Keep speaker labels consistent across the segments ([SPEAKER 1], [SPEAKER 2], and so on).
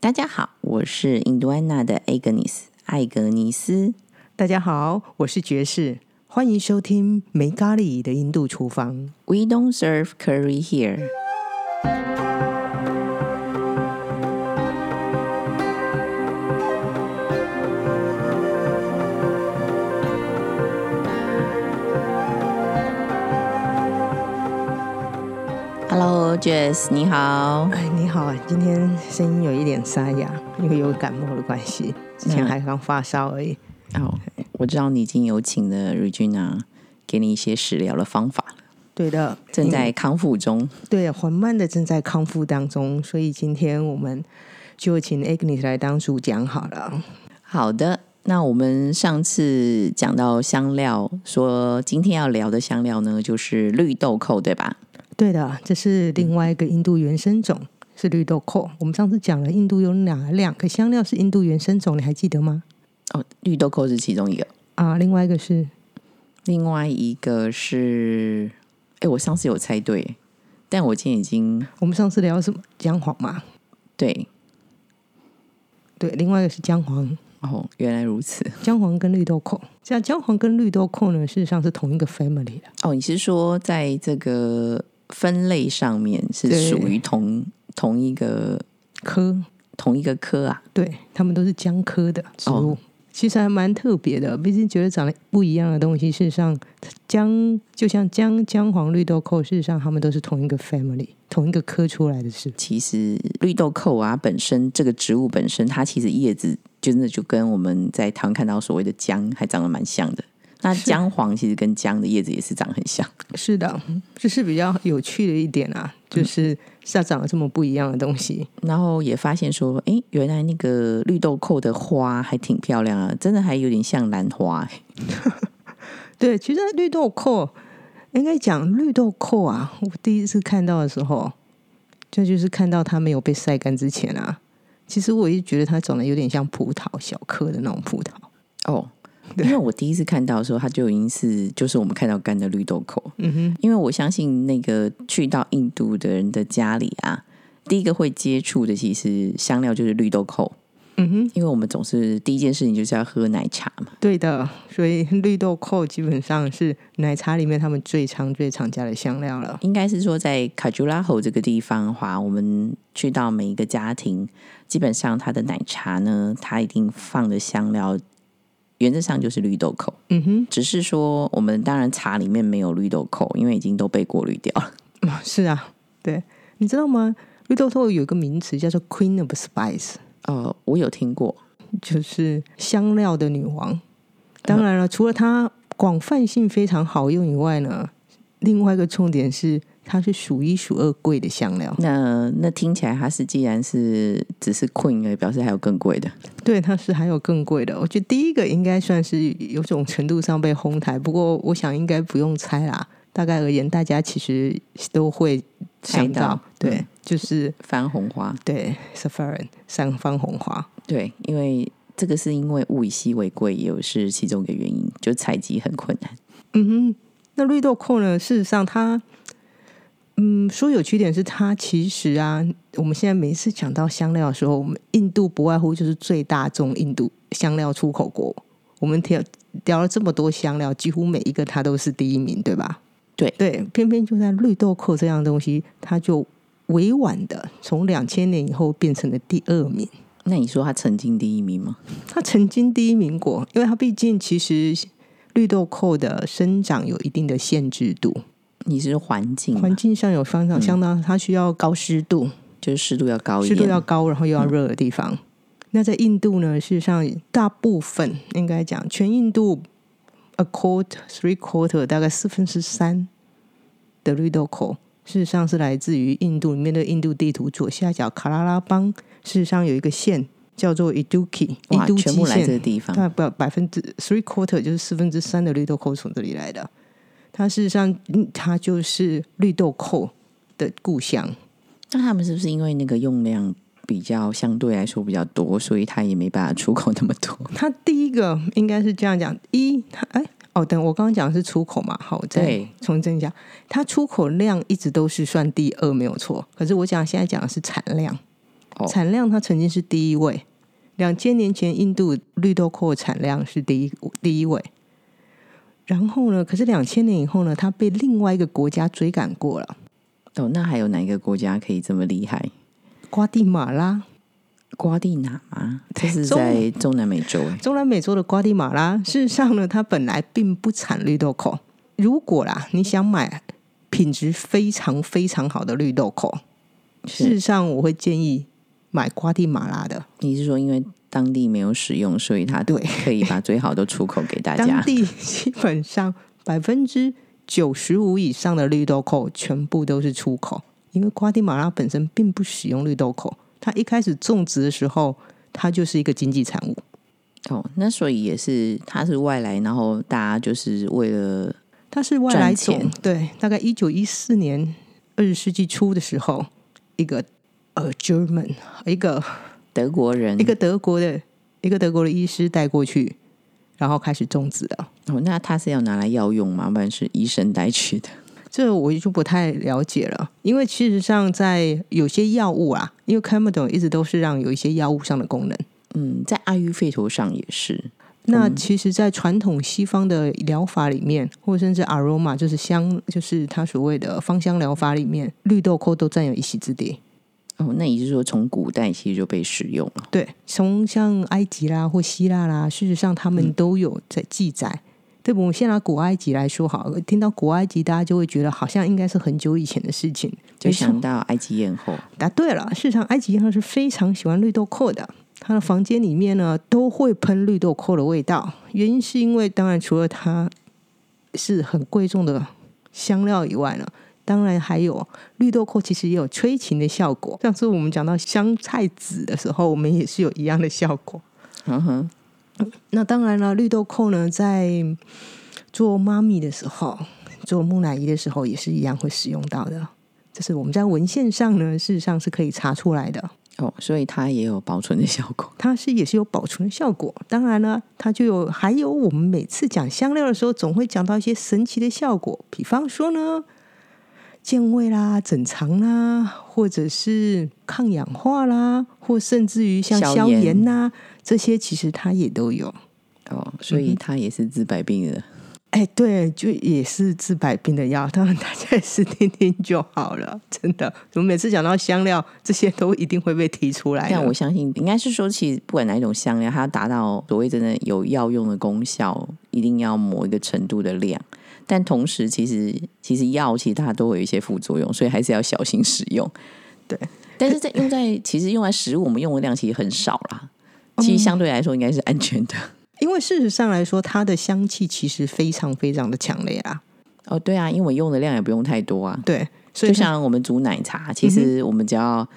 [SPEAKER 1] 大家好，我是印度安娜的 Agnes 艾格尼斯。
[SPEAKER 2] 大家好，我是爵士，欢迎收听没咖喱的印度厨房。
[SPEAKER 1] We don't serve curry here。Hello Jess，你好。
[SPEAKER 2] 哎，你好，啊，今天声音有一点沙哑，因为有感冒的关系，之前还刚发烧而已。
[SPEAKER 1] 哦，我知道你已经有请了 Regina 给你一些食疗的方法了，
[SPEAKER 2] 对的，
[SPEAKER 1] 正
[SPEAKER 2] 因
[SPEAKER 1] 在
[SPEAKER 2] 为
[SPEAKER 1] 康复中。
[SPEAKER 2] 对啊缓慢的正在康复当中，所以今天我们就请 Agnes 来当主讲好了。
[SPEAKER 1] 好的，那我们上次讲到香料，说今天要聊的香料呢，就是绿豆蔻，对吧？
[SPEAKER 2] 对的，这是另外一个印度原生种，是绿豆蔻。我们上次讲了印度有哪两个香料是印度原生种，你还记得吗？
[SPEAKER 1] 哦，绿豆蔻是其中一个，
[SPEAKER 2] 啊，另外一个是
[SPEAKER 1] 另外一个是，哎，我上次有猜对，但我今天已经
[SPEAKER 2] 我们上次聊什么姜黄嘛？
[SPEAKER 1] 对
[SPEAKER 2] 对，另外一个是姜黄，
[SPEAKER 1] 哦，原来如此。
[SPEAKER 2] 姜黄跟绿豆蔻。这样姜黄跟绿豆蔻呢，事实上是同一个 family 的。
[SPEAKER 1] 哦，你是说在这个分类上面是
[SPEAKER 2] 对
[SPEAKER 1] 属于同同一个
[SPEAKER 2] 科，
[SPEAKER 1] 同一个科啊？
[SPEAKER 2] 对，它们都是姜科的植物。
[SPEAKER 1] 哦
[SPEAKER 2] 其实还蛮特别的，毕竟觉得长得不一样的东西，事实上姜就像姜、姜黄、绿豆蔻，事实上它们都是同一个 family、同一个科出来的植物。
[SPEAKER 1] 其实绿豆蔻啊，本身这个植物本身，它其实叶子就真的就跟我们在台湾看到所谓的姜还长得蛮像的。那
[SPEAKER 2] 是
[SPEAKER 1] 姜黄其实跟姜的叶子也是长很像，
[SPEAKER 2] 是的，这是比较有趣的一点啊，就是它长得这么不一样的东西。
[SPEAKER 1] 然后也发现说，哎，原来那个绿豆蔻的花还挺漂亮啊，真的还有点像兰花、诶
[SPEAKER 2] 对，其实绿豆蔻应该讲绿豆蔻啊，我第一次看到的时候，这就是看到它没有被晒干之前啊。其实我一直觉得它长得有点像葡萄小颗的那种葡萄，
[SPEAKER 1] 哦。
[SPEAKER 2] 对
[SPEAKER 1] 因为我第一次看到的时候，它就已经是就是我们看到干的绿豆蔻，
[SPEAKER 2] 嗯哼，
[SPEAKER 1] 因为我相信那个去到印度的人的家里啊，第一个会接触的其实香料就是绿豆蔻，
[SPEAKER 2] 嗯哼，
[SPEAKER 1] 因为我们总是第一件事情就是要喝奶茶嘛。
[SPEAKER 2] 对的。所以绿豆蔻基本上是奶茶里面他们最常最常加的香料了。
[SPEAKER 1] 应该是说，在卡朱拉侯这个地方的话，我们去到每一个家庭，基本上它的奶茶呢，它一定放的香料，原则上就是绿豆蔻。
[SPEAKER 2] 嗯哼，
[SPEAKER 1] 只是说，我们当然茶里面没有绿豆蔻，因为已经都被过滤掉 了。
[SPEAKER 2] 嗯是啊，对，你知道吗？绿豆蔻有一个名词叫做 Queen of Spice，
[SPEAKER 1] 呃，我有听过，
[SPEAKER 2] 就是香料的女王。当然了，除了它广泛性非常好用以外呢，另外一个重点是它是数一数二贵的香料。
[SPEAKER 1] 那那听起来它是既然是只是 queen 而已表示还有更贵的。
[SPEAKER 2] 对，它是还有更贵的。我觉得第一个应该算是有种程度上被哄抬，不过我想应该不用猜啦。大概而言，大家其实都会
[SPEAKER 1] 猜
[SPEAKER 2] 想
[SPEAKER 1] 到
[SPEAKER 2] 对，
[SPEAKER 1] 嗯
[SPEAKER 2] 就是
[SPEAKER 1] 番红花，
[SPEAKER 2] 对 saffron 三方红花。
[SPEAKER 1] 对，因为这个是因为物以稀为贵，也是其中一个原因，就采集很困难。
[SPEAKER 2] 嗯哼，那绿豆蔻呢？事实上它，嗯，说有缺点是它其实啊，我们现在每一次讲到香料的时候，我们印度不外乎就是最大众印度香料出口国。我们聊聊了这么多香料，几乎每一个它都是第一名，对吧？
[SPEAKER 1] 对
[SPEAKER 2] 对，偏偏就在绿豆蔻这样东西，它就委婉的从两千年以后变成了第二名。
[SPEAKER 1] 那你说它曾经第一名吗？
[SPEAKER 2] 它曾经第一名过，因为它毕竟其实绿豆蔻的生长有一定的限制度。
[SPEAKER 1] 你是说环境
[SPEAKER 2] 环
[SPEAKER 1] 嘛，
[SPEAKER 2] 境上有相
[SPEAKER 1] 嗯
[SPEAKER 2] 当相当，它需要高湿度，
[SPEAKER 1] 就是湿度要高一
[SPEAKER 2] 湿
[SPEAKER 1] 点，
[SPEAKER 2] 度要高，然后又
[SPEAKER 1] 嗯
[SPEAKER 2] 要热的地方。那在印度呢，事实上大部分应该讲全印度 a quarter three quarter 大概四分之三的绿豆蔻，事实上是来自于印度里面的印度地图左下角卡拉拉邦，事实上有一个县叫做 Iduki，伊
[SPEAKER 1] 哇，
[SPEAKER 2] 都
[SPEAKER 1] 全部
[SPEAKER 2] 基
[SPEAKER 1] 来这个，
[SPEAKER 2] 县
[SPEAKER 1] 地方，
[SPEAKER 2] 大概百分之 three quarter 就是四分之三的绿豆蔻从这里来的。它事实上，嗯它就是绿豆蔻的故乡。
[SPEAKER 1] 那他们是不是因为那个用量比较相对来说比较多，所以它也没办法出口那么 多？
[SPEAKER 2] 它第一个应该是这样讲：一，它哎哦，等我刚刚讲的是出口嘛，好，我再
[SPEAKER 1] 对
[SPEAKER 2] 重正一下，它出口量一直都是算第二没有错。可是我讲现在讲的是产量，
[SPEAKER 1] 哦
[SPEAKER 2] 产量它曾经是第一位，两千年前印度绿豆蔻产量是第一第一位。然后呢，可是两千年以后呢，它被另外一个国家追赶过了，
[SPEAKER 1] 哦，那还有哪一个国家可以这么厉害？
[SPEAKER 2] 瓜地马拉。
[SPEAKER 1] 瓜地那吗？这是
[SPEAKER 2] 中
[SPEAKER 1] 在中南美洲哎、
[SPEAKER 2] 中南美洲的瓜地马拉，事实上呢，它本来并不产绿豆蔻。如果啦，你想买品质非常非常好的绿豆蔻，事实
[SPEAKER 1] 欸是
[SPEAKER 2] 上我会建议买瓜地马拉的。
[SPEAKER 1] 你是说因为当地没有使用，所以他
[SPEAKER 2] 对
[SPEAKER 1] 可以把最好的出口给大
[SPEAKER 2] 当
[SPEAKER 1] 家？
[SPEAKER 2] 地基本上百分之九十五以上的绿豆蔻全部都是出口，因为瓜地马拉本身并不使用绿豆蔻，它一开始种植的时候，它就是一个经济产物。
[SPEAKER 1] 哦，那所以也是他是外来，然后大家就是为了
[SPEAKER 2] 它是外
[SPEAKER 1] 赚
[SPEAKER 2] 来种
[SPEAKER 1] 钱，
[SPEAKER 2] 对，大概一九一四年二十世纪初的时候，一个呃 German，一个
[SPEAKER 1] 德国人
[SPEAKER 2] 一个德国的一个德国的医师带过去，然后开始种植的。
[SPEAKER 1] 哦，那他是要拿来药用吗？不然是医生带去的。
[SPEAKER 2] 这我就不太了解了，因为事实上在有些药物啊，因为 c a m e d o n 一直都是让有一些药物上的功能。
[SPEAKER 1] 嗯，在阿育吠陀上也是，嗯
[SPEAKER 2] 那其实，在传统西方的疗法里面，或甚至 aroma 就是香，就是它所谓的芳香疗法里面，绿豆蔻都占有一席之地。
[SPEAKER 1] 哦，那也就是说从古代其实就被使用了。
[SPEAKER 2] 对，从像埃及啦或希腊啦，事实上他
[SPEAKER 1] 嗯
[SPEAKER 2] 们都有在记载。对，我们先拿古埃及来说好了，听到古埃及，大家就会觉得好像应该是很久以前的事情。
[SPEAKER 1] 就
[SPEAKER 2] 没错
[SPEAKER 1] 想到埃及艳后，
[SPEAKER 2] 答对了，事实上埃及人是非常喜欢绿豆蔻的。他的房间里面呢都会喷绿豆蔻的味道，原因是因为当然除了它是很贵重的香料以外呢，当然还有绿豆蔻其实也有催情的效果。上次我们讲到香菜籽的时候，我们也是有一样的效果。
[SPEAKER 1] 嗯哼，
[SPEAKER 2] 那当然了，绿豆蔻呢，在做妈咪的时候，做木乃伊的时候，也是一样会使用到的。这是我们在文献上呢，事实上是可以查出来的，
[SPEAKER 1] 哦，所以它也有保存的效果。
[SPEAKER 2] 它是也是有保存效果。当然呢，它就有还有我们每次讲香料的时候，总会讲到一些神奇的效果，比方说呢，健胃啦、整肠啦，或者是抗氧化啦，或甚至于像
[SPEAKER 1] 消
[SPEAKER 2] 消
[SPEAKER 1] 炎
[SPEAKER 2] 炎啦，这些其实它也都有。
[SPEAKER 1] 哦，所
[SPEAKER 2] 嗯
[SPEAKER 1] 以它也是治百病的。
[SPEAKER 2] 哎，对，就也是治百病的药，当然大家也是听听就好了。真的，我每次讲到香料，这些都一定会被提出来的。
[SPEAKER 1] 但我相信，应该是说，其实不管哪一种香料，它要达到所谓真的有药用的功效，一定要某一个程度的量。但同时，其实其实药其实它都会有一些副作用，所以还是要小心使用。
[SPEAKER 2] 对，
[SPEAKER 1] 但是在用在其实用在食物，我们用的量其实很少啦。其实相对来说应该是安全的。
[SPEAKER 2] 因为事实上来说，它的香气其实非常非常的强烈啦。
[SPEAKER 1] 哦，对啊，因为我用的量也不用太多啊。
[SPEAKER 2] 对，嗯所以
[SPEAKER 1] 就
[SPEAKER 2] 它
[SPEAKER 1] 像我们煮奶茶，其实我们只要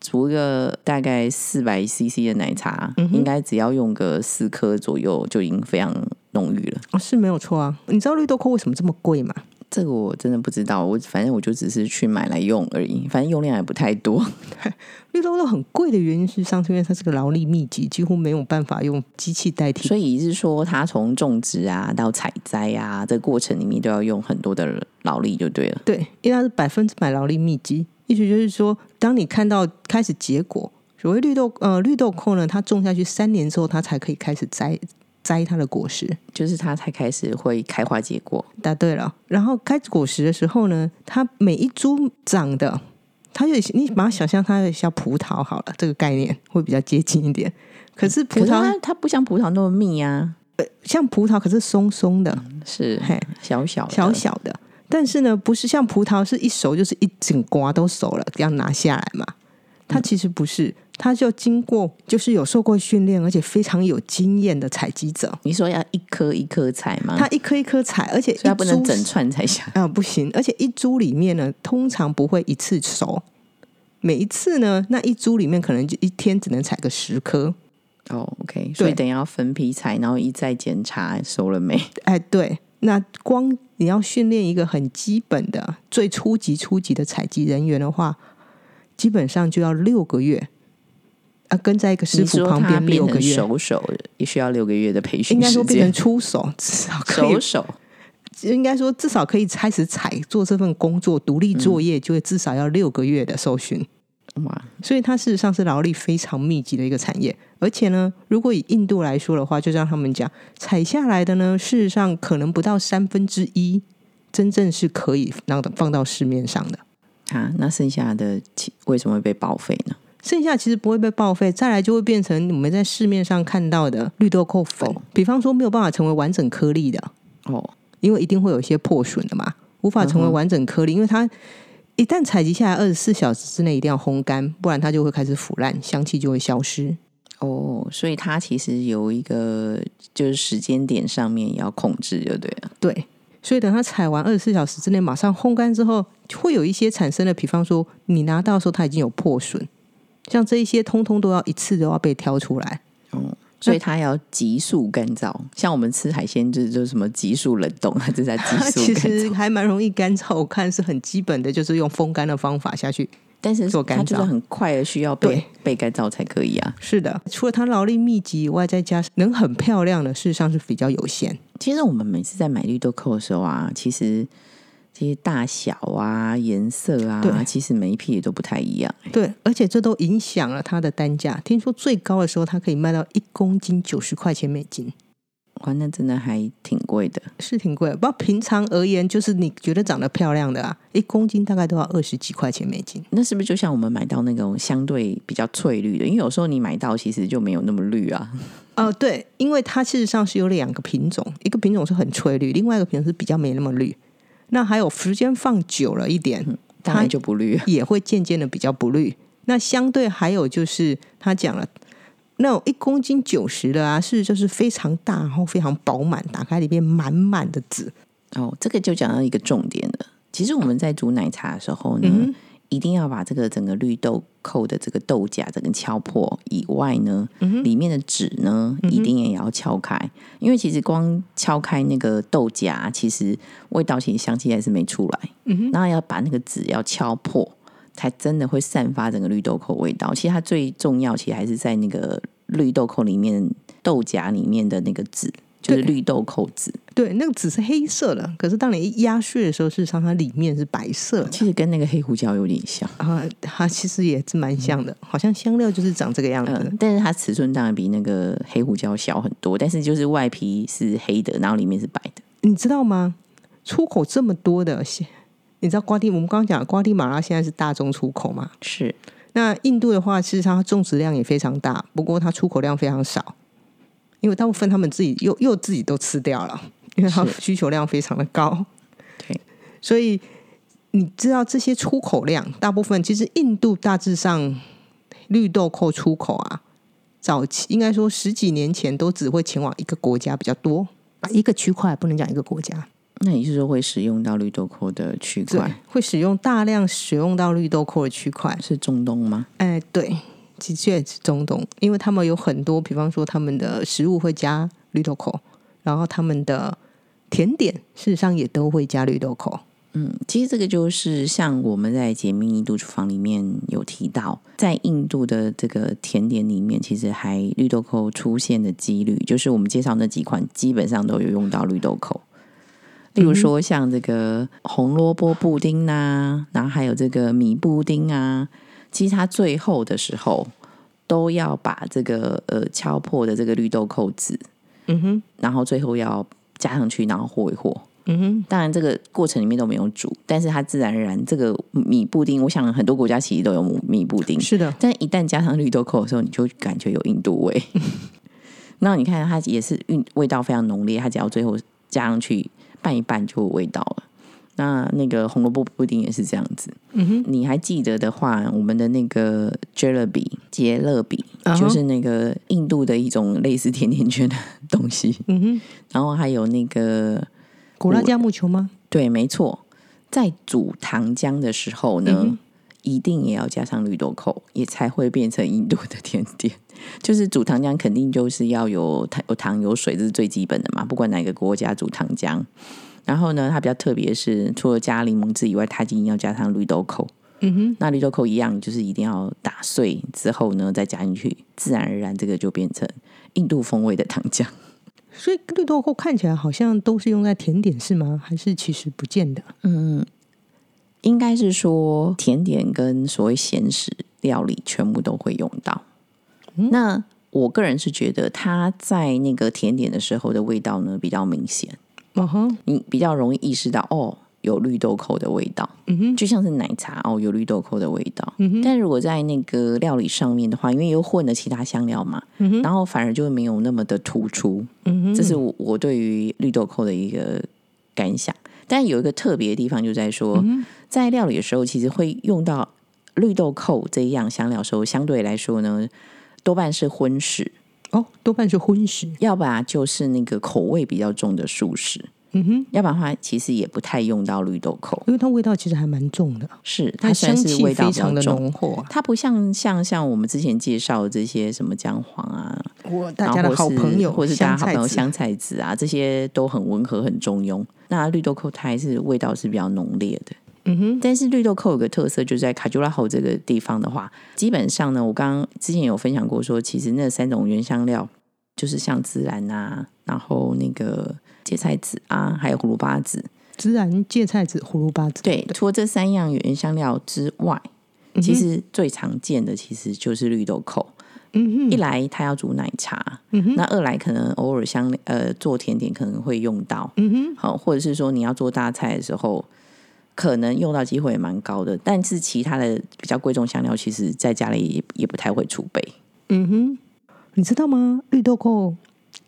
[SPEAKER 1] 煮个大概四百 CC 的奶茶，
[SPEAKER 2] 嗯
[SPEAKER 1] 应该只要用个四颗左右就已经非常浓郁了。
[SPEAKER 2] 哦是没有错啊。你知道绿豆蔻为什么这么贵吗？
[SPEAKER 1] 这个我真的不知道，我反正我就只是去买来用而已，反正用量也不太多。
[SPEAKER 2] 绿豆蔻很贵的原因是，上次因为它是个劳力密集，几乎没有办法用机器代替。
[SPEAKER 1] 所以是说，它从种植啊到采摘啊，这过程里面都要用很多的劳力，就对了。
[SPEAKER 2] 对，因为它是百分之百劳力密集，意思就是说，当你看到开始结果，所谓绿豆呃绿豆蔻呢，它种下去三年之后，它才可以开始摘摘它的果实。
[SPEAKER 1] 就是它才开始会开花结果，
[SPEAKER 2] 答对了，然后开果实的时候呢，它每一株长的，它有你把它想象它像葡萄好了，这个概念会比较接近一点。可是
[SPEAKER 1] 可
[SPEAKER 2] 葡
[SPEAKER 1] 是
[SPEAKER 2] 萄
[SPEAKER 1] 它它不像葡萄那么密啊，
[SPEAKER 2] 像葡萄，可是松松的，
[SPEAKER 1] 是
[SPEAKER 2] 嘿，
[SPEAKER 1] 小小的
[SPEAKER 2] 小小的。但是呢，不是像葡萄是一熟就是一整瓜都熟了，这样拿下来嘛？
[SPEAKER 1] 嗯
[SPEAKER 2] 它其实不是，它就经过就是有受过训练，而且非常有经验的采集者，
[SPEAKER 1] 你说要一颗一颗采吗？
[SPEAKER 2] 它一颗一颗采，而且一
[SPEAKER 1] 嗯所以它不能
[SPEAKER 2] 株
[SPEAKER 1] 整串才下。
[SPEAKER 2] 啊、不行，而且一株里面呢，通常不会一次熟，每一次呢，那一株里面可能就一天只能采个十颗。
[SPEAKER 1] 哦，OK，所以等一下要分批采，然后一再检查熟了没。
[SPEAKER 2] 哎，对，那光你要训练一个很基本的、最初级、初级的采集人员的话，基本上就要六个月，啊，跟在一个师
[SPEAKER 1] 你
[SPEAKER 2] 傅
[SPEAKER 1] 说
[SPEAKER 2] 旁
[SPEAKER 1] 它
[SPEAKER 2] 边六
[SPEAKER 1] 变
[SPEAKER 2] 个
[SPEAKER 1] 成
[SPEAKER 2] 月，
[SPEAKER 1] 熟手也需要六个月的培
[SPEAKER 2] 应
[SPEAKER 1] 训
[SPEAKER 2] 该
[SPEAKER 1] 时
[SPEAKER 2] 说变成
[SPEAKER 1] 间。
[SPEAKER 2] 出手，至少 可以
[SPEAKER 1] 熟，手
[SPEAKER 2] 应该说
[SPEAKER 1] 嗯
[SPEAKER 2] 至少可以开始采做这份工作，独立作业就会至少要六个月的受训。
[SPEAKER 1] 哇，
[SPEAKER 2] 所以它事实上是劳力非常密集的一个产业。而且呢，如果以印度来说的话，就像他们讲，采下来的呢，事实上可能不到三分之一，真正是可以让它放到市面上的。
[SPEAKER 1] 啊，那剩下的其为什么会被报废呢？
[SPEAKER 2] 剩下其实不会被报废，再来就会变成我们在市面上看到的绿豆蔻粉，
[SPEAKER 1] 哦
[SPEAKER 2] 比方说没有办法成为完整颗粒的，
[SPEAKER 1] 哦，
[SPEAKER 2] 因为一定会有一些破损的嘛，无法成为
[SPEAKER 1] 嗯哼
[SPEAKER 2] 完整颗粒，因为它一旦采集下来，二十四小时之内一定要烘干，不然它就会开始腐烂，香气就会消失。
[SPEAKER 1] 哦，所以它其实有一个就是时间点上面也要控制，就对了。
[SPEAKER 2] 对，所以等它采完二十四小时之内马上烘干之后，会有一些产生的，比方说你拿到的时候它已经有破损，像这一些通通都要一次都要被挑出来。
[SPEAKER 1] 哦，所以它要急速干燥，像我们吃海鲜就是就是什么急速冷冻，它就在急
[SPEAKER 2] 它
[SPEAKER 1] 速
[SPEAKER 2] 其
[SPEAKER 1] 干
[SPEAKER 2] 实
[SPEAKER 1] 燥，
[SPEAKER 2] 还蛮容易干燥，我看是很基本的，就是用风干的方法下去。
[SPEAKER 1] 但是
[SPEAKER 2] 做干燥
[SPEAKER 1] 它就是很快的需要
[SPEAKER 2] 对
[SPEAKER 1] 被被干燥才可以啊。
[SPEAKER 2] 是的，除了它劳力密集以外，再加上能很漂亮的，事实上是比较有限。
[SPEAKER 1] 其实我们每次在买绿豆蔻的时候啊，其实这些大小啊、颜色
[SPEAKER 2] 对
[SPEAKER 1] 啊，其实每一批也都不太一样。
[SPEAKER 2] 对，而且这都影响了它的单价。听说最高的时候，它可以卖到一公斤九十块钱美金，
[SPEAKER 1] 哇，那真的还挺贵的。
[SPEAKER 2] 是挺贵的。不过平常而言，就是你觉得长得漂亮的啊，一公斤大概都要二十几块钱美金。
[SPEAKER 1] 那是不是就像我们买到那种相对比较翠绿的？因为有时候你买到其实就没有那么绿啊。
[SPEAKER 2] 哦，对，因为它事实上是有两个品种，一个品种是很翠绿，另外一个品种是比较没那么绿。那还有时间放久了一点，
[SPEAKER 1] 当然就不绿啊。
[SPEAKER 2] 也会渐渐的比较不绿。那相对还有就是他讲了，那种一公斤九十的啊，是就是非常大，然后非常饱满，打开里面满满的籽。
[SPEAKER 1] 哦，这个就讲到一个重点了。其实我们在煮奶茶的时候呢，
[SPEAKER 2] 嗯
[SPEAKER 1] 一定要把这个整个绿豆蔻的这个豆荚整个敲破以外呢，
[SPEAKER 2] 嗯哼嗯
[SPEAKER 1] 里面的纸呢一定也要敲开，因为其实光敲开那个豆荚，其实味道其实香气还是没出来。
[SPEAKER 2] 嗯哼，
[SPEAKER 1] 然后要把那个纸要敲破，才真的会散发整个绿豆蔻味道。其实它最重要，其实还是在那个绿豆蔻里面豆荚里面的那个籽，就是
[SPEAKER 2] 对
[SPEAKER 1] 绿豆蔻籽，
[SPEAKER 2] 对，那个籽是黑色的，可是当你一压碎的时候，事实上它里面是白色的。
[SPEAKER 1] 其实跟那个黑胡椒有点像。
[SPEAKER 2] 啊、它其实也是蛮像的，好像香料就是长这个样子。
[SPEAKER 1] 嗯，但是它尺寸当然比那个黑胡椒小很多，但是就是外皮是黑的，然后里面是白的。
[SPEAKER 2] 你知道吗？出口这么多的，你知道瓜地我们刚刚讲的瓜地马拉现在是大宗出口嘛？
[SPEAKER 1] 是，
[SPEAKER 2] 那印度的话，事实上它种植量也非常大，不过它出口量非常少，因为大部分他们自己又又自己都吃掉了，因为它
[SPEAKER 1] 是
[SPEAKER 2] 需求量非常的高，
[SPEAKER 1] 对，
[SPEAKER 2] 所以你知道这些出口量，大部分其实印度大致上绿豆蔻出口啊，早期应该说十几年前都只会前往一个国家比较多，啊一个区块不能讲一个国家，
[SPEAKER 1] 那你是说会使用到绿豆蔻的区
[SPEAKER 2] 对
[SPEAKER 1] 块，
[SPEAKER 2] 会使用大量使用到绿豆蔻的区块，
[SPEAKER 1] 是中东吗？
[SPEAKER 2] 哎，对，的确是中东，因为他们有很多，比方说他们的食物会加绿豆蔻，然后他们的甜点事实上也都会加绿豆蔻。
[SPEAKER 1] 嗯，其实这个就是像我们在《解密印度厨房》里面有提到，在印度的这个甜点里面，其实还绿豆蔻出现的几率，就是我们介绍那几款基本上都有用到绿豆蔻。例
[SPEAKER 2] 嗯
[SPEAKER 1] 如说像这个红萝卜布丁呐、然后还有这个米布丁啊，其实它最后的时候都要把这个呃敲破的这个绿豆蔻籽，
[SPEAKER 2] 嗯哼，
[SPEAKER 1] 然后最后要加上去，然后和一和。
[SPEAKER 2] 嗯哼，
[SPEAKER 1] 当然，这个过程里面都没有煮，但是它自然而然这个米布丁，我想很多国家其实都有米布丁，
[SPEAKER 2] 是的，
[SPEAKER 1] 但一旦加上绿豆蔻的时候，你就感觉有印度味。 那你看它也是韵味道非常浓烈，它只要最后加上去拌一拌就有味道了。那那个红萝卜布丁也是这样子，
[SPEAKER 2] 嗯哼，
[SPEAKER 1] 你还记得的话，我们的那个 jalebi 杰乐比
[SPEAKER 2] 啊哈
[SPEAKER 1] 就是那个印度的一种类似甜甜圈的东西，
[SPEAKER 2] 嗯哼，
[SPEAKER 1] 然后还有那个
[SPEAKER 2] 古拉加木球吗？
[SPEAKER 1] 对，没错，在煮糖浆的时候呢，
[SPEAKER 2] 嗯哼
[SPEAKER 1] 一定也要加上绿豆蔻，也才会变成印度的甜点。 就是煮糖浆，肯定就是要有糖、有糖、有水，这是最基本的嘛。不管哪个国家煮糖浆，然后呢，它比较特别是，除了加柠檬汁以外，它一定要加上绿豆蔻。
[SPEAKER 2] 嗯哼，
[SPEAKER 1] 那绿豆蔻一样，就是一定要打碎之后呢，再加进去，自然而然这个就变成印度风味的糖浆。
[SPEAKER 2] 所以绿豆蔻看起来好像都是用在甜点是吗？还是其实不见得？
[SPEAKER 1] 应该是说甜点跟所谓咸食料理全部都会用到。那我个人是觉得它在那个甜点的时候的味道呢比较明显，
[SPEAKER 2] 嗯哼，
[SPEAKER 1] 你比较容易意识到哦。有绿豆蔻的味道，
[SPEAKER 2] 嗯哼，
[SPEAKER 1] 就像是奶茶哦，有绿豆蔻的味道。嗯、但如果在那个料理上面的话，因为又混了其他香料嘛，嗯、然后反而就没有那么的突出。
[SPEAKER 2] 嗯哼，
[SPEAKER 1] 这是我我对于绿豆蔻的一个感想。但有一个特别的地方就在说，
[SPEAKER 2] 嗯
[SPEAKER 1] 在料理的时候，其实会用到绿豆蔻这一样香料的时候，相对来说呢，多半是荤食，
[SPEAKER 2] 哦，多半是荤食，
[SPEAKER 1] 要不然就是那个口味比较重的素食。
[SPEAKER 2] 嗯哼，
[SPEAKER 1] 要不然的话，其实也不太用到绿豆蔻，
[SPEAKER 2] 因为它味道其实还蛮重的，
[SPEAKER 1] 是
[SPEAKER 2] 它
[SPEAKER 1] 它虽
[SPEAKER 2] 香
[SPEAKER 1] 然是
[SPEAKER 2] 气
[SPEAKER 1] 味道
[SPEAKER 2] 非
[SPEAKER 1] 比较
[SPEAKER 2] 常的
[SPEAKER 1] 重，
[SPEAKER 2] 浓厚啊。
[SPEAKER 1] 它不像像像我们之前介绍的这些什么姜黄啊，
[SPEAKER 2] 我大家的好朋友，
[SPEAKER 1] 然后或是或是大家好朋友
[SPEAKER 2] 香菜
[SPEAKER 1] 香菜籽啊，这些都很温和很中庸。那绿豆蔻它还是味道是比较浓烈的。
[SPEAKER 2] 籽，嗯哼，
[SPEAKER 1] 但是绿豆蔻有个特色，就在卡朱拉侯这个地方的话，基本上呢，我刚刚之前有分享过说，其实那三种原香料就是像孜然啊，然后那个芥菜籽啊，还有葫芦巴籽，
[SPEAKER 2] 孜然、芥菜籽、葫芦巴籽，
[SPEAKER 1] 对，除了这三样原香料之外，
[SPEAKER 2] 嗯哼
[SPEAKER 1] 其实最常见的其实就是绿豆蔻。
[SPEAKER 2] 嗯
[SPEAKER 1] 一
[SPEAKER 2] 哼，
[SPEAKER 1] 来它要煮奶茶，
[SPEAKER 2] 嗯哼
[SPEAKER 1] 那二来可能偶尔香呃做甜点可能会用到，
[SPEAKER 2] 嗯哼，
[SPEAKER 1] 好，或者是说你要做大菜的时候，可能用到机会也蛮高的。但是其他的比较贵重香料，其实在家里也也不太会储备。
[SPEAKER 2] 嗯哼，你知道吗？绿豆蔻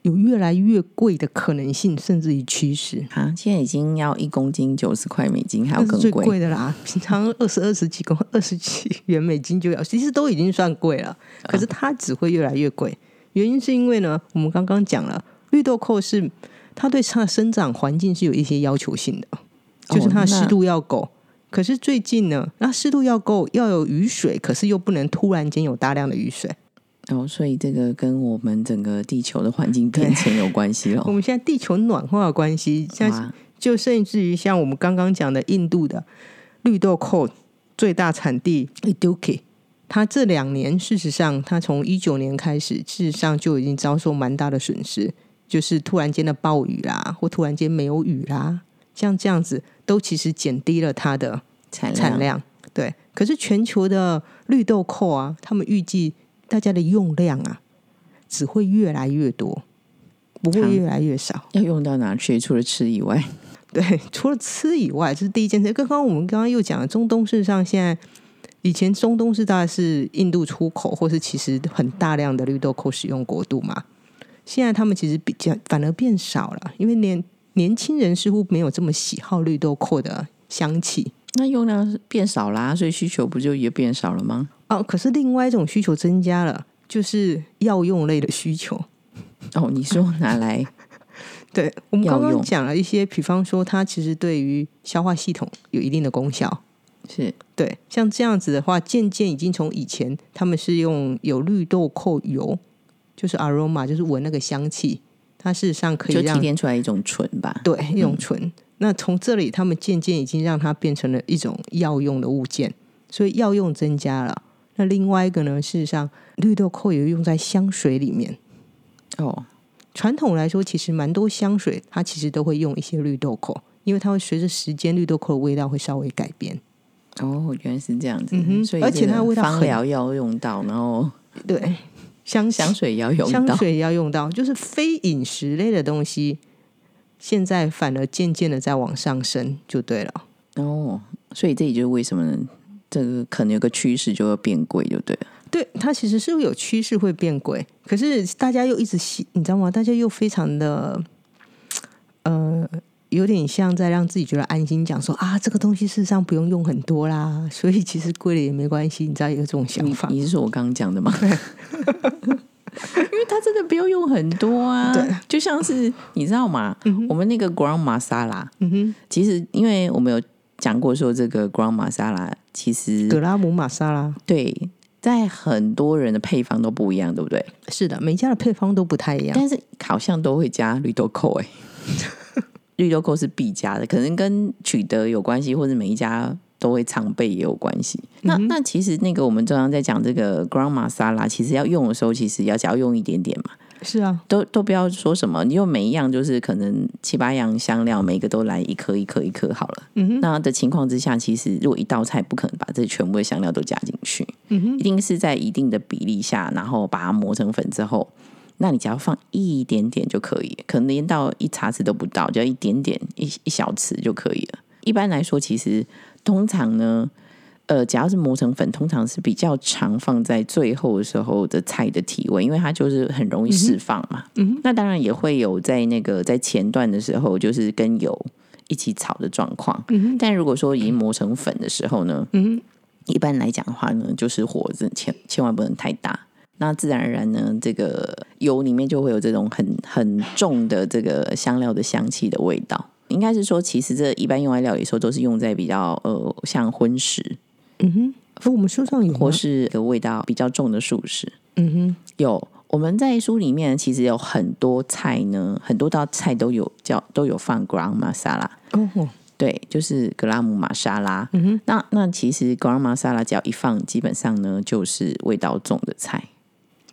[SPEAKER 2] 有越来越贵的可能性，甚至于趋势。
[SPEAKER 1] 啊，现在已经要一公斤九十块美金，还
[SPEAKER 2] 那
[SPEAKER 1] 要
[SPEAKER 2] 是
[SPEAKER 1] 更
[SPEAKER 2] 最
[SPEAKER 1] 贵。
[SPEAKER 2] 贵的啦，平常二十二十几公二十几元美金就要，其实都已经算贵了。
[SPEAKER 1] 嗯
[SPEAKER 2] 可是它只会越来越贵，原因是因为呢，我们刚刚讲了，绿豆蔻是它对它的生长环境是有一些要求性的，
[SPEAKER 1] 哦
[SPEAKER 2] 就是它的湿度要够。可是最近呢，那湿度要够，要有雨水，可是又不能突然间有大量的雨水。
[SPEAKER 1] 哦，所以这个跟我们整个地球的环境变迁有关系
[SPEAKER 2] 我
[SPEAKER 1] 咯。啊
[SPEAKER 2] 们现在地球暖化的关系，像
[SPEAKER 1] 哦哇，
[SPEAKER 2] 就甚至于像我们刚刚讲的印度的绿豆蔻最大产地 Iduki，它这两年事实上，它从一九年开始，事实上就已经遭受蛮大的损失，就是突然间的暴雨啦，或突然间没有雨啦，像这样子都其实减低了它的
[SPEAKER 1] 产
[SPEAKER 2] 产量。对，可是全球的绿豆蔻啊，他们预计大家的用量啊，只会越来越多，不会
[SPEAKER 1] 好
[SPEAKER 2] 越来越少。
[SPEAKER 1] 要用到哪去？除了吃以外，
[SPEAKER 2] 对， 除了吃以外，这是第一件事。刚刚我们刚刚又讲了，中东事实上现在以前中东是大概是印度出口，或是其实很大量的绿豆蔻使用国度嘛。现在他们其实比较反而变少了，因为年年轻人似乎没有这么喜好绿豆蔻的香气
[SPEAKER 1] 那用量是变少啦，所以需求不就也变少了吗？
[SPEAKER 2] 哦。可是另外一种需求增加了，就是药用类的需求。
[SPEAKER 1] 哦，你说拿来
[SPEAKER 2] 对我们
[SPEAKER 1] 药
[SPEAKER 2] 刚刚
[SPEAKER 1] 用
[SPEAKER 2] 讲了一些，比方说它其实对于消化系统有一定的功效。
[SPEAKER 1] 是
[SPEAKER 2] 对，像这样子的话，渐渐已经从以前他们是用有绿豆蔻油，就是 aroma，就是闻那个香气，它事实上 可以
[SPEAKER 1] 就提
[SPEAKER 2] 让
[SPEAKER 1] 炼嗯出来一种醇吧？
[SPEAKER 2] 对一种醇。那从这里，他们渐渐已经让它变成了一种药用的物件，所以药用增加了。那另外一个呢，事实上绿豆蔻也用在香水里面。
[SPEAKER 1] 哦，
[SPEAKER 2] 传统来说，其实蛮多香水它其实都会用一些绿豆蔻，因为它会随着时间绿豆蔻的味道会稍微改变。
[SPEAKER 1] 哦，原来是这样子，
[SPEAKER 2] 嗯哼
[SPEAKER 1] 所以
[SPEAKER 2] 而
[SPEAKER 1] 这
[SPEAKER 2] 且
[SPEAKER 1] 个
[SPEAKER 2] 它的味道很
[SPEAKER 1] 芳疗要用到，然 后
[SPEAKER 2] 对，香
[SPEAKER 1] 香水也要用
[SPEAKER 2] 香
[SPEAKER 1] 到，
[SPEAKER 2] 水也要用到，就是非饮食类的东西，现在反而渐渐的在往上升，就对了。
[SPEAKER 1] 哦，所以这也就是为什么呢这个可能有个趋势就会变贵，就对了。
[SPEAKER 2] 对，它其实是有趋势会变贵，可是大家又一直吸，你知道吗？大家又非常的，呃，有点像在让自己觉得安心，讲说啊，这个东西事实上不用用很多啦，所以其实贵了也没关系，你知道有这种想
[SPEAKER 1] 你
[SPEAKER 2] 法。
[SPEAKER 1] 你是说我刚刚讲的吗？ 因为它真的不要用很多啊，就像是你知道吗？我们那个 ground masala，
[SPEAKER 2] 嗯哼，
[SPEAKER 1] 其实因为我们有讲过说这个 ground masala，其实
[SPEAKER 2] 格拉姆玛莎拉
[SPEAKER 1] 对，在很多人的配方都不一样，对不对？
[SPEAKER 2] 是的，每一家的配方都不太一样。
[SPEAKER 1] 但是好像都会加绿豆蔻、欸，哎， 绿豆蔻是必加的，可能跟取得有关系，或者每一家都会常备也有关系。那那其实那个我们中央在讲这个 ground masala，其实要用的时候，其实要只要用一点点嘛，
[SPEAKER 2] 是啊，
[SPEAKER 1] 都都不要说什么，你就每一样就是可能七八样香料，每一个都来一颗一颗一颗好了。
[SPEAKER 2] 嗯哼，
[SPEAKER 1] 那的情况之下，其实如果一道菜不可能把这全部的香料都加进去，
[SPEAKER 2] 嗯
[SPEAKER 1] 一定是在一定的比例下，然后把它磨成粉之后，那你只要放一点点就可以，可能连到一茶匙都不到，只要一点点一一小匙就可以了。一般来说，其实通常呢，呃，只要是磨成粉，通常是比较常放在最后的时候的菜的提味，因为它就是很容易释放嘛。
[SPEAKER 2] 嗯哼
[SPEAKER 1] 那当然也会有在那个在前段的时候，就是跟油一起炒的状况。
[SPEAKER 2] 嗯哼，
[SPEAKER 1] 但如果说已经磨成粉的时候呢，
[SPEAKER 2] 嗯
[SPEAKER 1] 一般来讲的话呢，就是火真的千千万不能太大。那自然而然呢，这个油里面就会有这种很很重的这个香料的香气的味道。应该是说，其实这一般用来料理的时候，都是用在比较呃像荤食
[SPEAKER 2] 哼，嗯哼，哦我们书上有吗
[SPEAKER 1] 或是个味道比较重的素食。
[SPEAKER 2] 嗯哼，
[SPEAKER 1] 有，我们在书里面其实有很多菜呢，很多道菜都有叫都有放 ground masala，
[SPEAKER 2] 哦吼，
[SPEAKER 1] 对，就是格拉姆玛莎拉。
[SPEAKER 2] 嗯哼，
[SPEAKER 1] 那那其实格拉姆玛莎拉只要一放，基本上呢就是味道重的菜。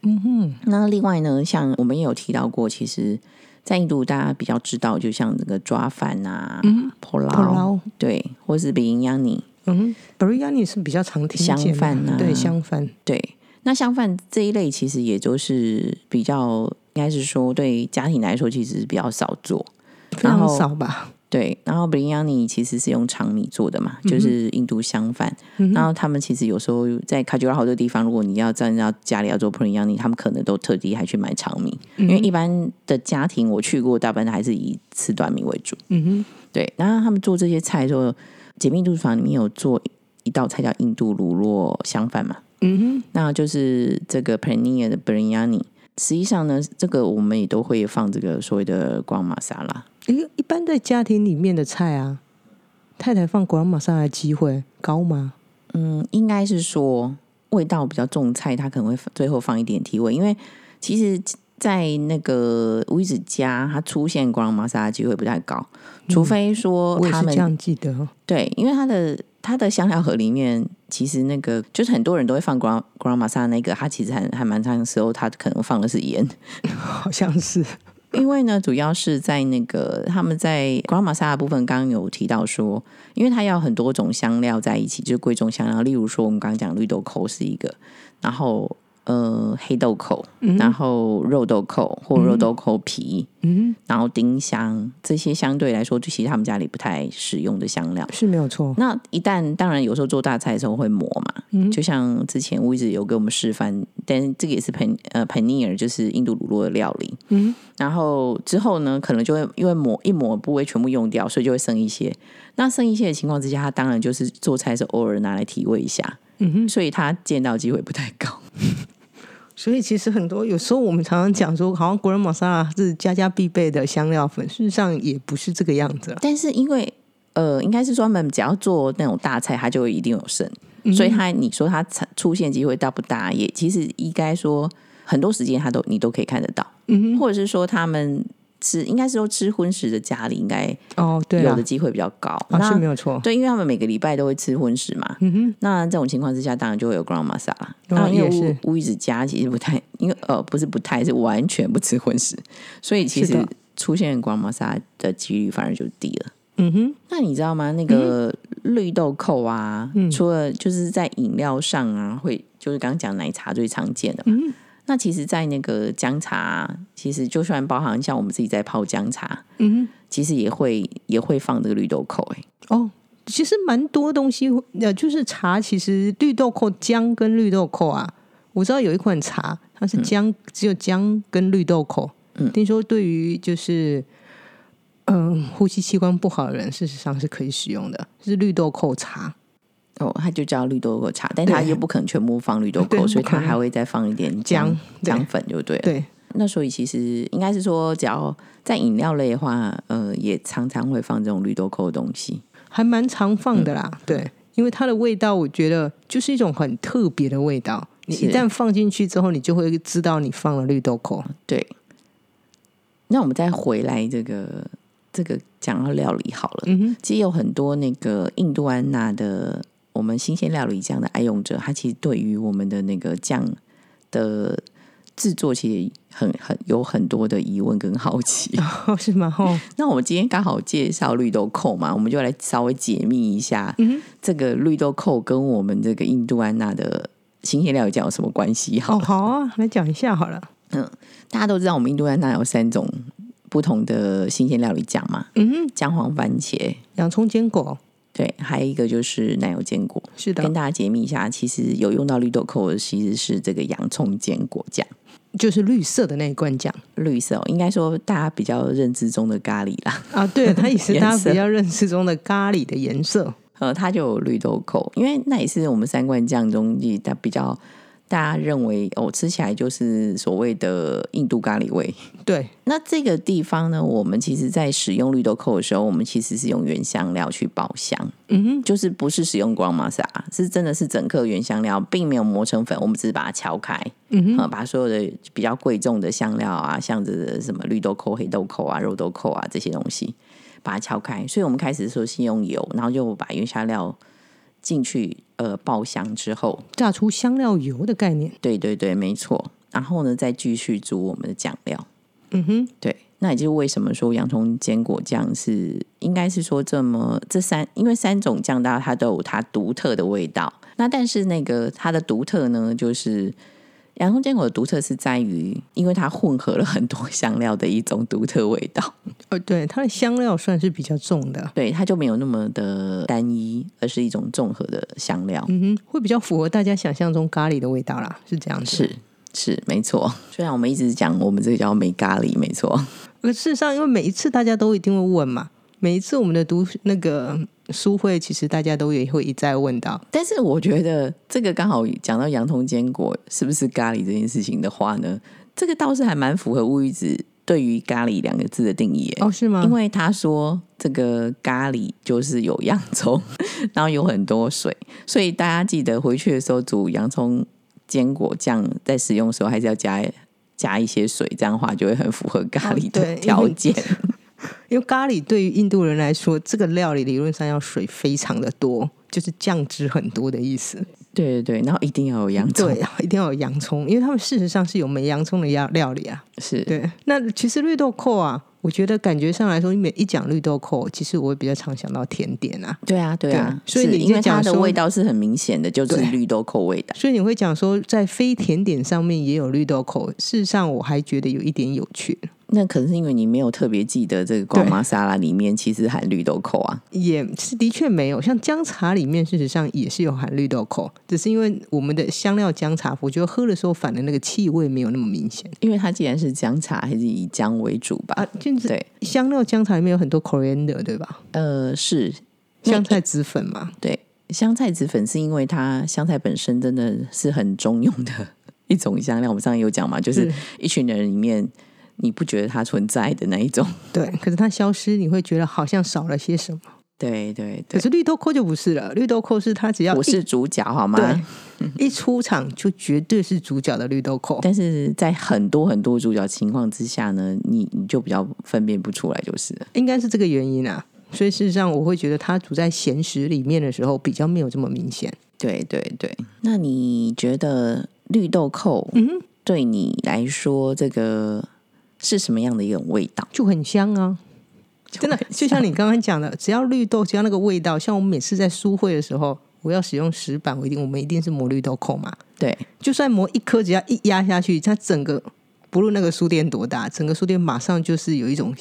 [SPEAKER 2] 嗯哼，
[SPEAKER 1] 那另外呢，像我们也有提到过，其实，在印度大家比较知道，就像这个抓饭啊、
[SPEAKER 2] 嗯
[SPEAKER 1] 婆劳，
[SPEAKER 2] 普劳，
[SPEAKER 1] 对，或是比营养你，
[SPEAKER 2] 嗯哼，biryani 是比较常听见的
[SPEAKER 1] 香饭啊
[SPEAKER 2] 对，香饭，
[SPEAKER 1] 对，那相反这一类其实也就是比较，应该是说对家庭来说其实是比较少做。
[SPEAKER 2] 非
[SPEAKER 1] 然
[SPEAKER 2] 常
[SPEAKER 1] 后
[SPEAKER 2] 少吧？
[SPEAKER 1] 对，然后 biryani 其实是用长米做的嘛，
[SPEAKER 2] 嗯
[SPEAKER 1] 就是印度香饭。
[SPEAKER 2] 嗯哼
[SPEAKER 1] 然后他们其实有时候在卡吉拉好多地方，如果你要真的要家里要做 biryani，他们可能都特地还去买长米，
[SPEAKER 2] 嗯
[SPEAKER 1] 因为一般的家庭我去过，大半还是以吃短米为主。
[SPEAKER 2] 嗯
[SPEAKER 1] 对，然后他们做这些菜的时候，解密厨房里面有做一道菜叫印度乳酪香饭嘛，
[SPEAKER 2] 哼，嗯
[SPEAKER 1] 那就是这个 paneer 的 biryani。实际上呢，这个我们也都会放这个所谓的光马沙拉。
[SPEAKER 2] 哼，一一般在家庭里面的菜啊，太太放果然马上来机会高吗？
[SPEAKER 1] 嗯，应该是说味道比较重的菜，它可能会最后放一点提味，因为其实，在那个无一子家，它出现光马沙拉机会不太高，除非说
[SPEAKER 2] 嗯我
[SPEAKER 1] 哦
[SPEAKER 2] 也
[SPEAKER 1] 他
[SPEAKER 2] 是
[SPEAKER 1] 们、
[SPEAKER 2] 这样记得 哦，
[SPEAKER 1] 对，因为它的它的香料盒里面，其实那个就是很多人都会放 grand grand masala 那个，它其实还还蛮长时候，它可能放的是盐，
[SPEAKER 2] 好像是，
[SPEAKER 1] 因为呢，主要是在那个他们在 grand masala 部分，刚刚有提到说，因为它要很多种香料在一起，就是贵重香料，例如说我们刚刚讲绿豆蔻是一个，然后呃黑豆蔻，然后肉豆蔻或肉豆蔻皮，
[SPEAKER 2] 嗯
[SPEAKER 1] 然后丁香这些相对来说，就其实他们家里不太使用的香料
[SPEAKER 2] 哼，。是没有错，
[SPEAKER 1] 那一旦当然有时候做大菜的时候会磨嘛，
[SPEAKER 2] 嗯
[SPEAKER 1] 就像之前我一直有给我们示范，但是这个也是盆呃 paneer 就是印度乳酪的料理，
[SPEAKER 2] 嗯
[SPEAKER 1] 然后之后呢可能就会因为磨一磨部位全部用掉，所以就会剩一些。那剩一些的情况之下，它当然就是做菜的时候偶尔拿来提味一下，
[SPEAKER 2] 嗯哼。
[SPEAKER 1] 所以它见到机会不太高。
[SPEAKER 2] 所以其实很多有时候我们常常讲说，好像国人玛莎拉是家家必备的香料粉，事实上也不是这个样子啊。
[SPEAKER 1] 但是因为呃，应该是专门只要做那种大菜，它就会一定有剩，
[SPEAKER 2] 嗯
[SPEAKER 1] 所以它你说它出出现机会大不大？也其实应该说很多时间它都你都可以看得到，
[SPEAKER 2] 嗯
[SPEAKER 1] 或者是说他们吃应该是说吃荤食的家里应该
[SPEAKER 2] 哦，对
[SPEAKER 1] 有
[SPEAKER 2] 啊
[SPEAKER 1] 的，机会比较高。
[SPEAKER 2] 啊是没
[SPEAKER 1] 那
[SPEAKER 2] 有错。
[SPEAKER 1] 对，因为他们每个礼拜都会吃荤食嘛。
[SPEAKER 2] 嗯哼，
[SPEAKER 1] 那这种情况之下，当然就会有 ground masala。
[SPEAKER 2] 哦
[SPEAKER 1] 那因
[SPEAKER 2] 也
[SPEAKER 1] 为
[SPEAKER 2] 是
[SPEAKER 1] 乌乌鱼子家其实不太，因为呃不是不太，是完全不吃荤食，所以其实
[SPEAKER 2] 是的
[SPEAKER 1] 出现 ground masala 的几率反而就低了。
[SPEAKER 2] 嗯哼，
[SPEAKER 1] 那你知道吗？
[SPEAKER 2] 嗯
[SPEAKER 1] 那个绿豆蔻啊，除了就是在饮料上啊，会就是刚刚讲奶茶最常见
[SPEAKER 2] 嗯
[SPEAKER 1] 的嘛。那其实，在那个姜茶啊、其实就算包含像我们自己在泡姜茶，
[SPEAKER 2] 嗯
[SPEAKER 1] 其实也会也会放这个绿豆蔻、欸。
[SPEAKER 2] 哼，哦。其实蛮多东西，呃，就是茶，其实绿豆蔻姜跟绿豆蔻啊，我知道有一款茶，它是姜，只有姜跟绿豆蔻。
[SPEAKER 1] 嗯
[SPEAKER 2] 听说对于就是嗯、呼吸器官不好的人，事实上是可以使用的，是绿豆蔻茶。
[SPEAKER 1] 哦，它就叫绿豆蔻茶，但它
[SPEAKER 2] 对
[SPEAKER 1] 又不可能全部放绿豆
[SPEAKER 2] 对
[SPEAKER 1] 蔻，所以
[SPEAKER 2] 不可
[SPEAKER 1] 它
[SPEAKER 2] 能
[SPEAKER 1] 还会再放一点姜
[SPEAKER 2] 姜对
[SPEAKER 1] 姜粉，就对了。
[SPEAKER 2] 对，
[SPEAKER 1] 那所以其实应该是说，只要在饮料类的话，呃，也常常会放这种绿豆蔻的东西。
[SPEAKER 2] 还蛮常放的啦。
[SPEAKER 1] 嗯
[SPEAKER 2] 对，因为它的味道，我觉得就是一种很特别的味道。你
[SPEAKER 1] 是
[SPEAKER 2] 一旦放进去之后，你就会知道你放了绿豆蔻。
[SPEAKER 1] 对，那我们再回来这个这个讲到料理好了，
[SPEAKER 2] 嗯哼，
[SPEAKER 1] 其实有很多那个印度安娜的我们新鲜料理酱的爱用者，他其实对于我们的那个酱的制作其实也很很有很多的疑问跟好奇。
[SPEAKER 2] 哦，是吗？哦，
[SPEAKER 1] 那我们今天刚好介绍绿豆蔻嘛，我们就来稍微解密一下，这个绿豆蔻跟我们这个印度安娜的新鲜料理酱有什么关系？好
[SPEAKER 2] 哦，
[SPEAKER 1] 了，
[SPEAKER 2] 好啊，来讲一下好了。
[SPEAKER 1] 大家都知道我们印度安娜有三种不同的新鲜料理酱嘛，
[SPEAKER 2] 嗯哼，
[SPEAKER 1] 姜黄番茄，
[SPEAKER 2] 洋葱坚果，
[SPEAKER 1] 对，还有一个就是奶油坚果。
[SPEAKER 2] 是的
[SPEAKER 1] 跟，大家解密一下，其实有用到绿豆蔻的其实是这个洋葱坚果酱，
[SPEAKER 2] 就是绿色的那一罐酱
[SPEAKER 1] 绿色、哦，应该说大家比较认知中的咖喱啦。
[SPEAKER 2] 啊。 对，它也是
[SPEAKER 1] 颜
[SPEAKER 2] 大家
[SPEAKER 1] 色
[SPEAKER 2] 比较认识中的咖喱的颜色。
[SPEAKER 1] 呃，它就有绿豆蔻，因为那也是我们三罐酱中的它比较大家认为哦，吃起来就是所谓的印度咖喱味。
[SPEAKER 2] 对，
[SPEAKER 1] 那这个地方呢，我们其实在使用绿豆蔻的时候，我们其实是用原香料去爆香，
[SPEAKER 2] 嗯哼，
[SPEAKER 1] 就是不是使用光 masa，是真的是整颗原香料，并没有磨成粉，我们只是把它敲开，
[SPEAKER 2] 嗯哼，
[SPEAKER 1] 啊，把所有的比较贵重的香料啊，像这什么绿豆蔻、黑豆蔻啊、肉豆蔻啊这些东西，把它敲开。所以我们开始说先用油，然后就把原香料进去呃爆香之后，
[SPEAKER 2] 榨出香料油的概念。
[SPEAKER 1] 对对对，没错。然后呢，再继续煮我们的酱料。
[SPEAKER 2] 嗯哼，
[SPEAKER 1] 对，那也就是为什么说洋葱坚果酱是应该是说这么这三，因为三种酱料它都有它独特的味道。那但是那个它的独特呢，就是洋葱坚果的独特是在于，因为它混合了很多香料的一种独特味道，
[SPEAKER 2] 呃，对，它的香料算是比较重的。
[SPEAKER 1] 对，它就没有那么的单一，而是一种综合的香料。
[SPEAKER 2] 嗯哼，会比较符合大家想象中咖喱的味道啦，是这样子。
[SPEAKER 1] 是是，没错。虽然我们一直讲我们这个叫梅咖喱，没错。
[SPEAKER 2] 可事实上，因为每一次大家都一定会问嘛，每一次我们的读那个书会，其实大家都也会一再问到。
[SPEAKER 1] 但是我觉得这个刚好讲到洋葱坚果是不是咖喱这件事情的话呢，这个倒是还蛮符合乌鱼子对于咖喱两个字的定义耶、
[SPEAKER 2] 哦，是吗
[SPEAKER 1] 因？为他说这个咖喱就是有洋葱，然后有很多水，所以大家记得回去的时候煮洋葱坚果酱，在使用的时候还是要加加一些水，这样的话就会很符合咖喱
[SPEAKER 2] 哦对因
[SPEAKER 1] 的
[SPEAKER 2] 为
[SPEAKER 1] 条件。
[SPEAKER 2] 因为咖喱对于印度人来说，这个料理理论上要水非常的多，就是酱汁很多的意思。
[SPEAKER 1] 对对对，然后一定要有洋葱
[SPEAKER 2] 对，，一定要有洋葱，因为他们事实上是有没洋葱的料料理啊。
[SPEAKER 1] 是
[SPEAKER 2] 对，那其实绿豆蔻啊，我觉得感觉上来说，你每一讲绿豆蔻，其实我会比较常想到甜点啊。
[SPEAKER 1] 对啊，对啊，
[SPEAKER 2] 对所以
[SPEAKER 1] 是
[SPEAKER 2] 你就
[SPEAKER 1] 因为它
[SPEAKER 2] 讲
[SPEAKER 1] 的
[SPEAKER 2] 说
[SPEAKER 1] 味道是很明显的，就是
[SPEAKER 2] 对
[SPEAKER 1] 绿豆蔻味道。
[SPEAKER 2] 所以你会讲说，在非甜点上面也有绿豆蔻。事实上，我还觉得有一点有趣，
[SPEAKER 1] 那可能是因为你没有特别记得这个瓜
[SPEAKER 2] 对
[SPEAKER 1] 麻沙拉里面其实含绿豆蔻啊。
[SPEAKER 2] 也是的确没有。像姜茶里面，事实上也是有含绿豆蔻，只是因为我们的香料姜茶，我觉得喝的时候反而那个气味没有那么明显
[SPEAKER 1] 因为它既然是姜茶，还是以姜为主吧？
[SPEAKER 2] 啊。就是
[SPEAKER 1] 对，
[SPEAKER 2] 香料姜茶里面有很多 coriander，对吧？
[SPEAKER 1] 呃，是那
[SPEAKER 2] 香菜籽粉嘛，
[SPEAKER 1] 对香菜籽粉，是因为它香菜本身真的是很中用的一种香料。我们上次有讲嘛，就是
[SPEAKER 2] 是
[SPEAKER 1] 一群人里面你不觉得它存在的那一种。
[SPEAKER 2] 对。可是它消失，你会觉得好像少了些什么。
[SPEAKER 1] 对对
[SPEAKER 2] 可
[SPEAKER 1] 对，
[SPEAKER 2] 是绿豆蔻就不是了，绿豆蔻是它只要
[SPEAKER 1] 我
[SPEAKER 2] 一
[SPEAKER 1] 是主角好吗？
[SPEAKER 2] 对一出场就绝对是主角的绿豆蔻。
[SPEAKER 1] 但是在很多很多主角情况之下呢，你你就比较分辨不出来，就是了
[SPEAKER 2] 应该是这个原因啊。所以事实上，我会觉得它煮在咸食里面的时候比较没有这么明显。
[SPEAKER 1] 对对对。那你觉得绿豆蔻，嗯，对你来说这个是什么样的一种味道？
[SPEAKER 2] 就很香啊！真的，就像你刚刚讲的，只要绿豆，只要那个味道，像我们每次在书会的时候，我要使用石板，我一定我们一定是磨绿豆蔻嘛。
[SPEAKER 1] 对
[SPEAKER 2] 就算磨一颗，只要一压下去，它整个不论那个书店多大，整个书店马上就是有一种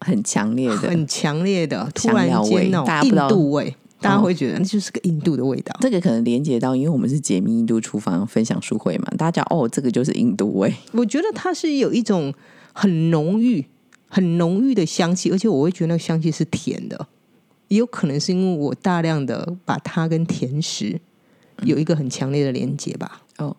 [SPEAKER 1] 很强烈的。
[SPEAKER 2] 很强烈的突
[SPEAKER 1] 香
[SPEAKER 2] 然
[SPEAKER 1] 料味
[SPEAKER 2] 间那
[SPEAKER 1] 大家
[SPEAKER 2] 种
[SPEAKER 1] 不
[SPEAKER 2] 印
[SPEAKER 1] 知道
[SPEAKER 2] 度味，大家会觉得那就是个印度的味道。
[SPEAKER 1] 这个可能连接到，因为我们是解密印度厨房分享书会嘛，大家讲哦，这个就是印度 味，
[SPEAKER 2] 我觉得它是有一种很浓郁、很浓郁的香气，而且我会觉得那个香气是甜的，也有可能是因为我大量的把它跟甜食有一个很强烈的连接吧。
[SPEAKER 1] 哦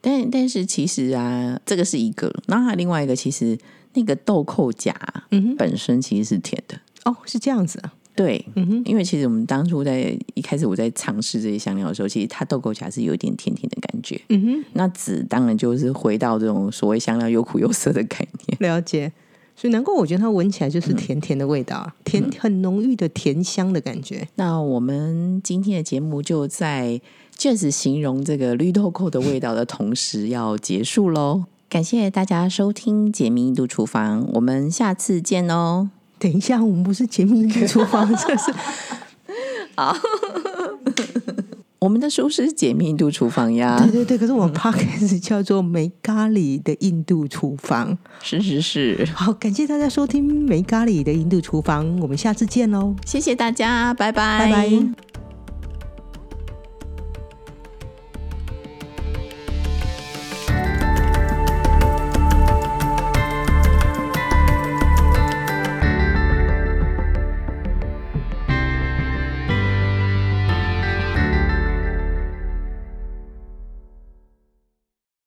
[SPEAKER 1] 但但是其实啊，这个是一个，然后还有另外一个，其实那个豆蔻荚
[SPEAKER 2] 嗯哼，
[SPEAKER 1] 本身其实是甜的，
[SPEAKER 2] 哦，是这样子啊，
[SPEAKER 1] 对，
[SPEAKER 2] 嗯哼，
[SPEAKER 1] 因为其实我们当初在一开始我在尝试这些香料的时候，其实它豆蔻荚是有一点甜甜的感觉。
[SPEAKER 2] 嗯哼，
[SPEAKER 1] 那籽当然就是回到这种所谓香料有苦有涩的概 念。
[SPEAKER 2] 了解。所以难怪我觉得它闻起来就是甜甜的味道啊，甜很浓郁的甜香的感觉。
[SPEAKER 1] 那我们今天的节目就在确实形容这个绿豆蔻的味道的同时要结束喽。感谢大家收听《解密印度厨房》，我们下次见哦。
[SPEAKER 2] 等一下，我们不是解密印度厨房，这是
[SPEAKER 1] 我们的书是《解密印度厨房》呀
[SPEAKER 2] 对，对对。可是我们 podcast 叫做没咖喱的印度厨房。
[SPEAKER 1] 是是是，
[SPEAKER 2] 好，感谢大家收听没咖喱的印度厨房，我们下次见喽，
[SPEAKER 1] 谢谢大家，拜
[SPEAKER 2] 拜拜。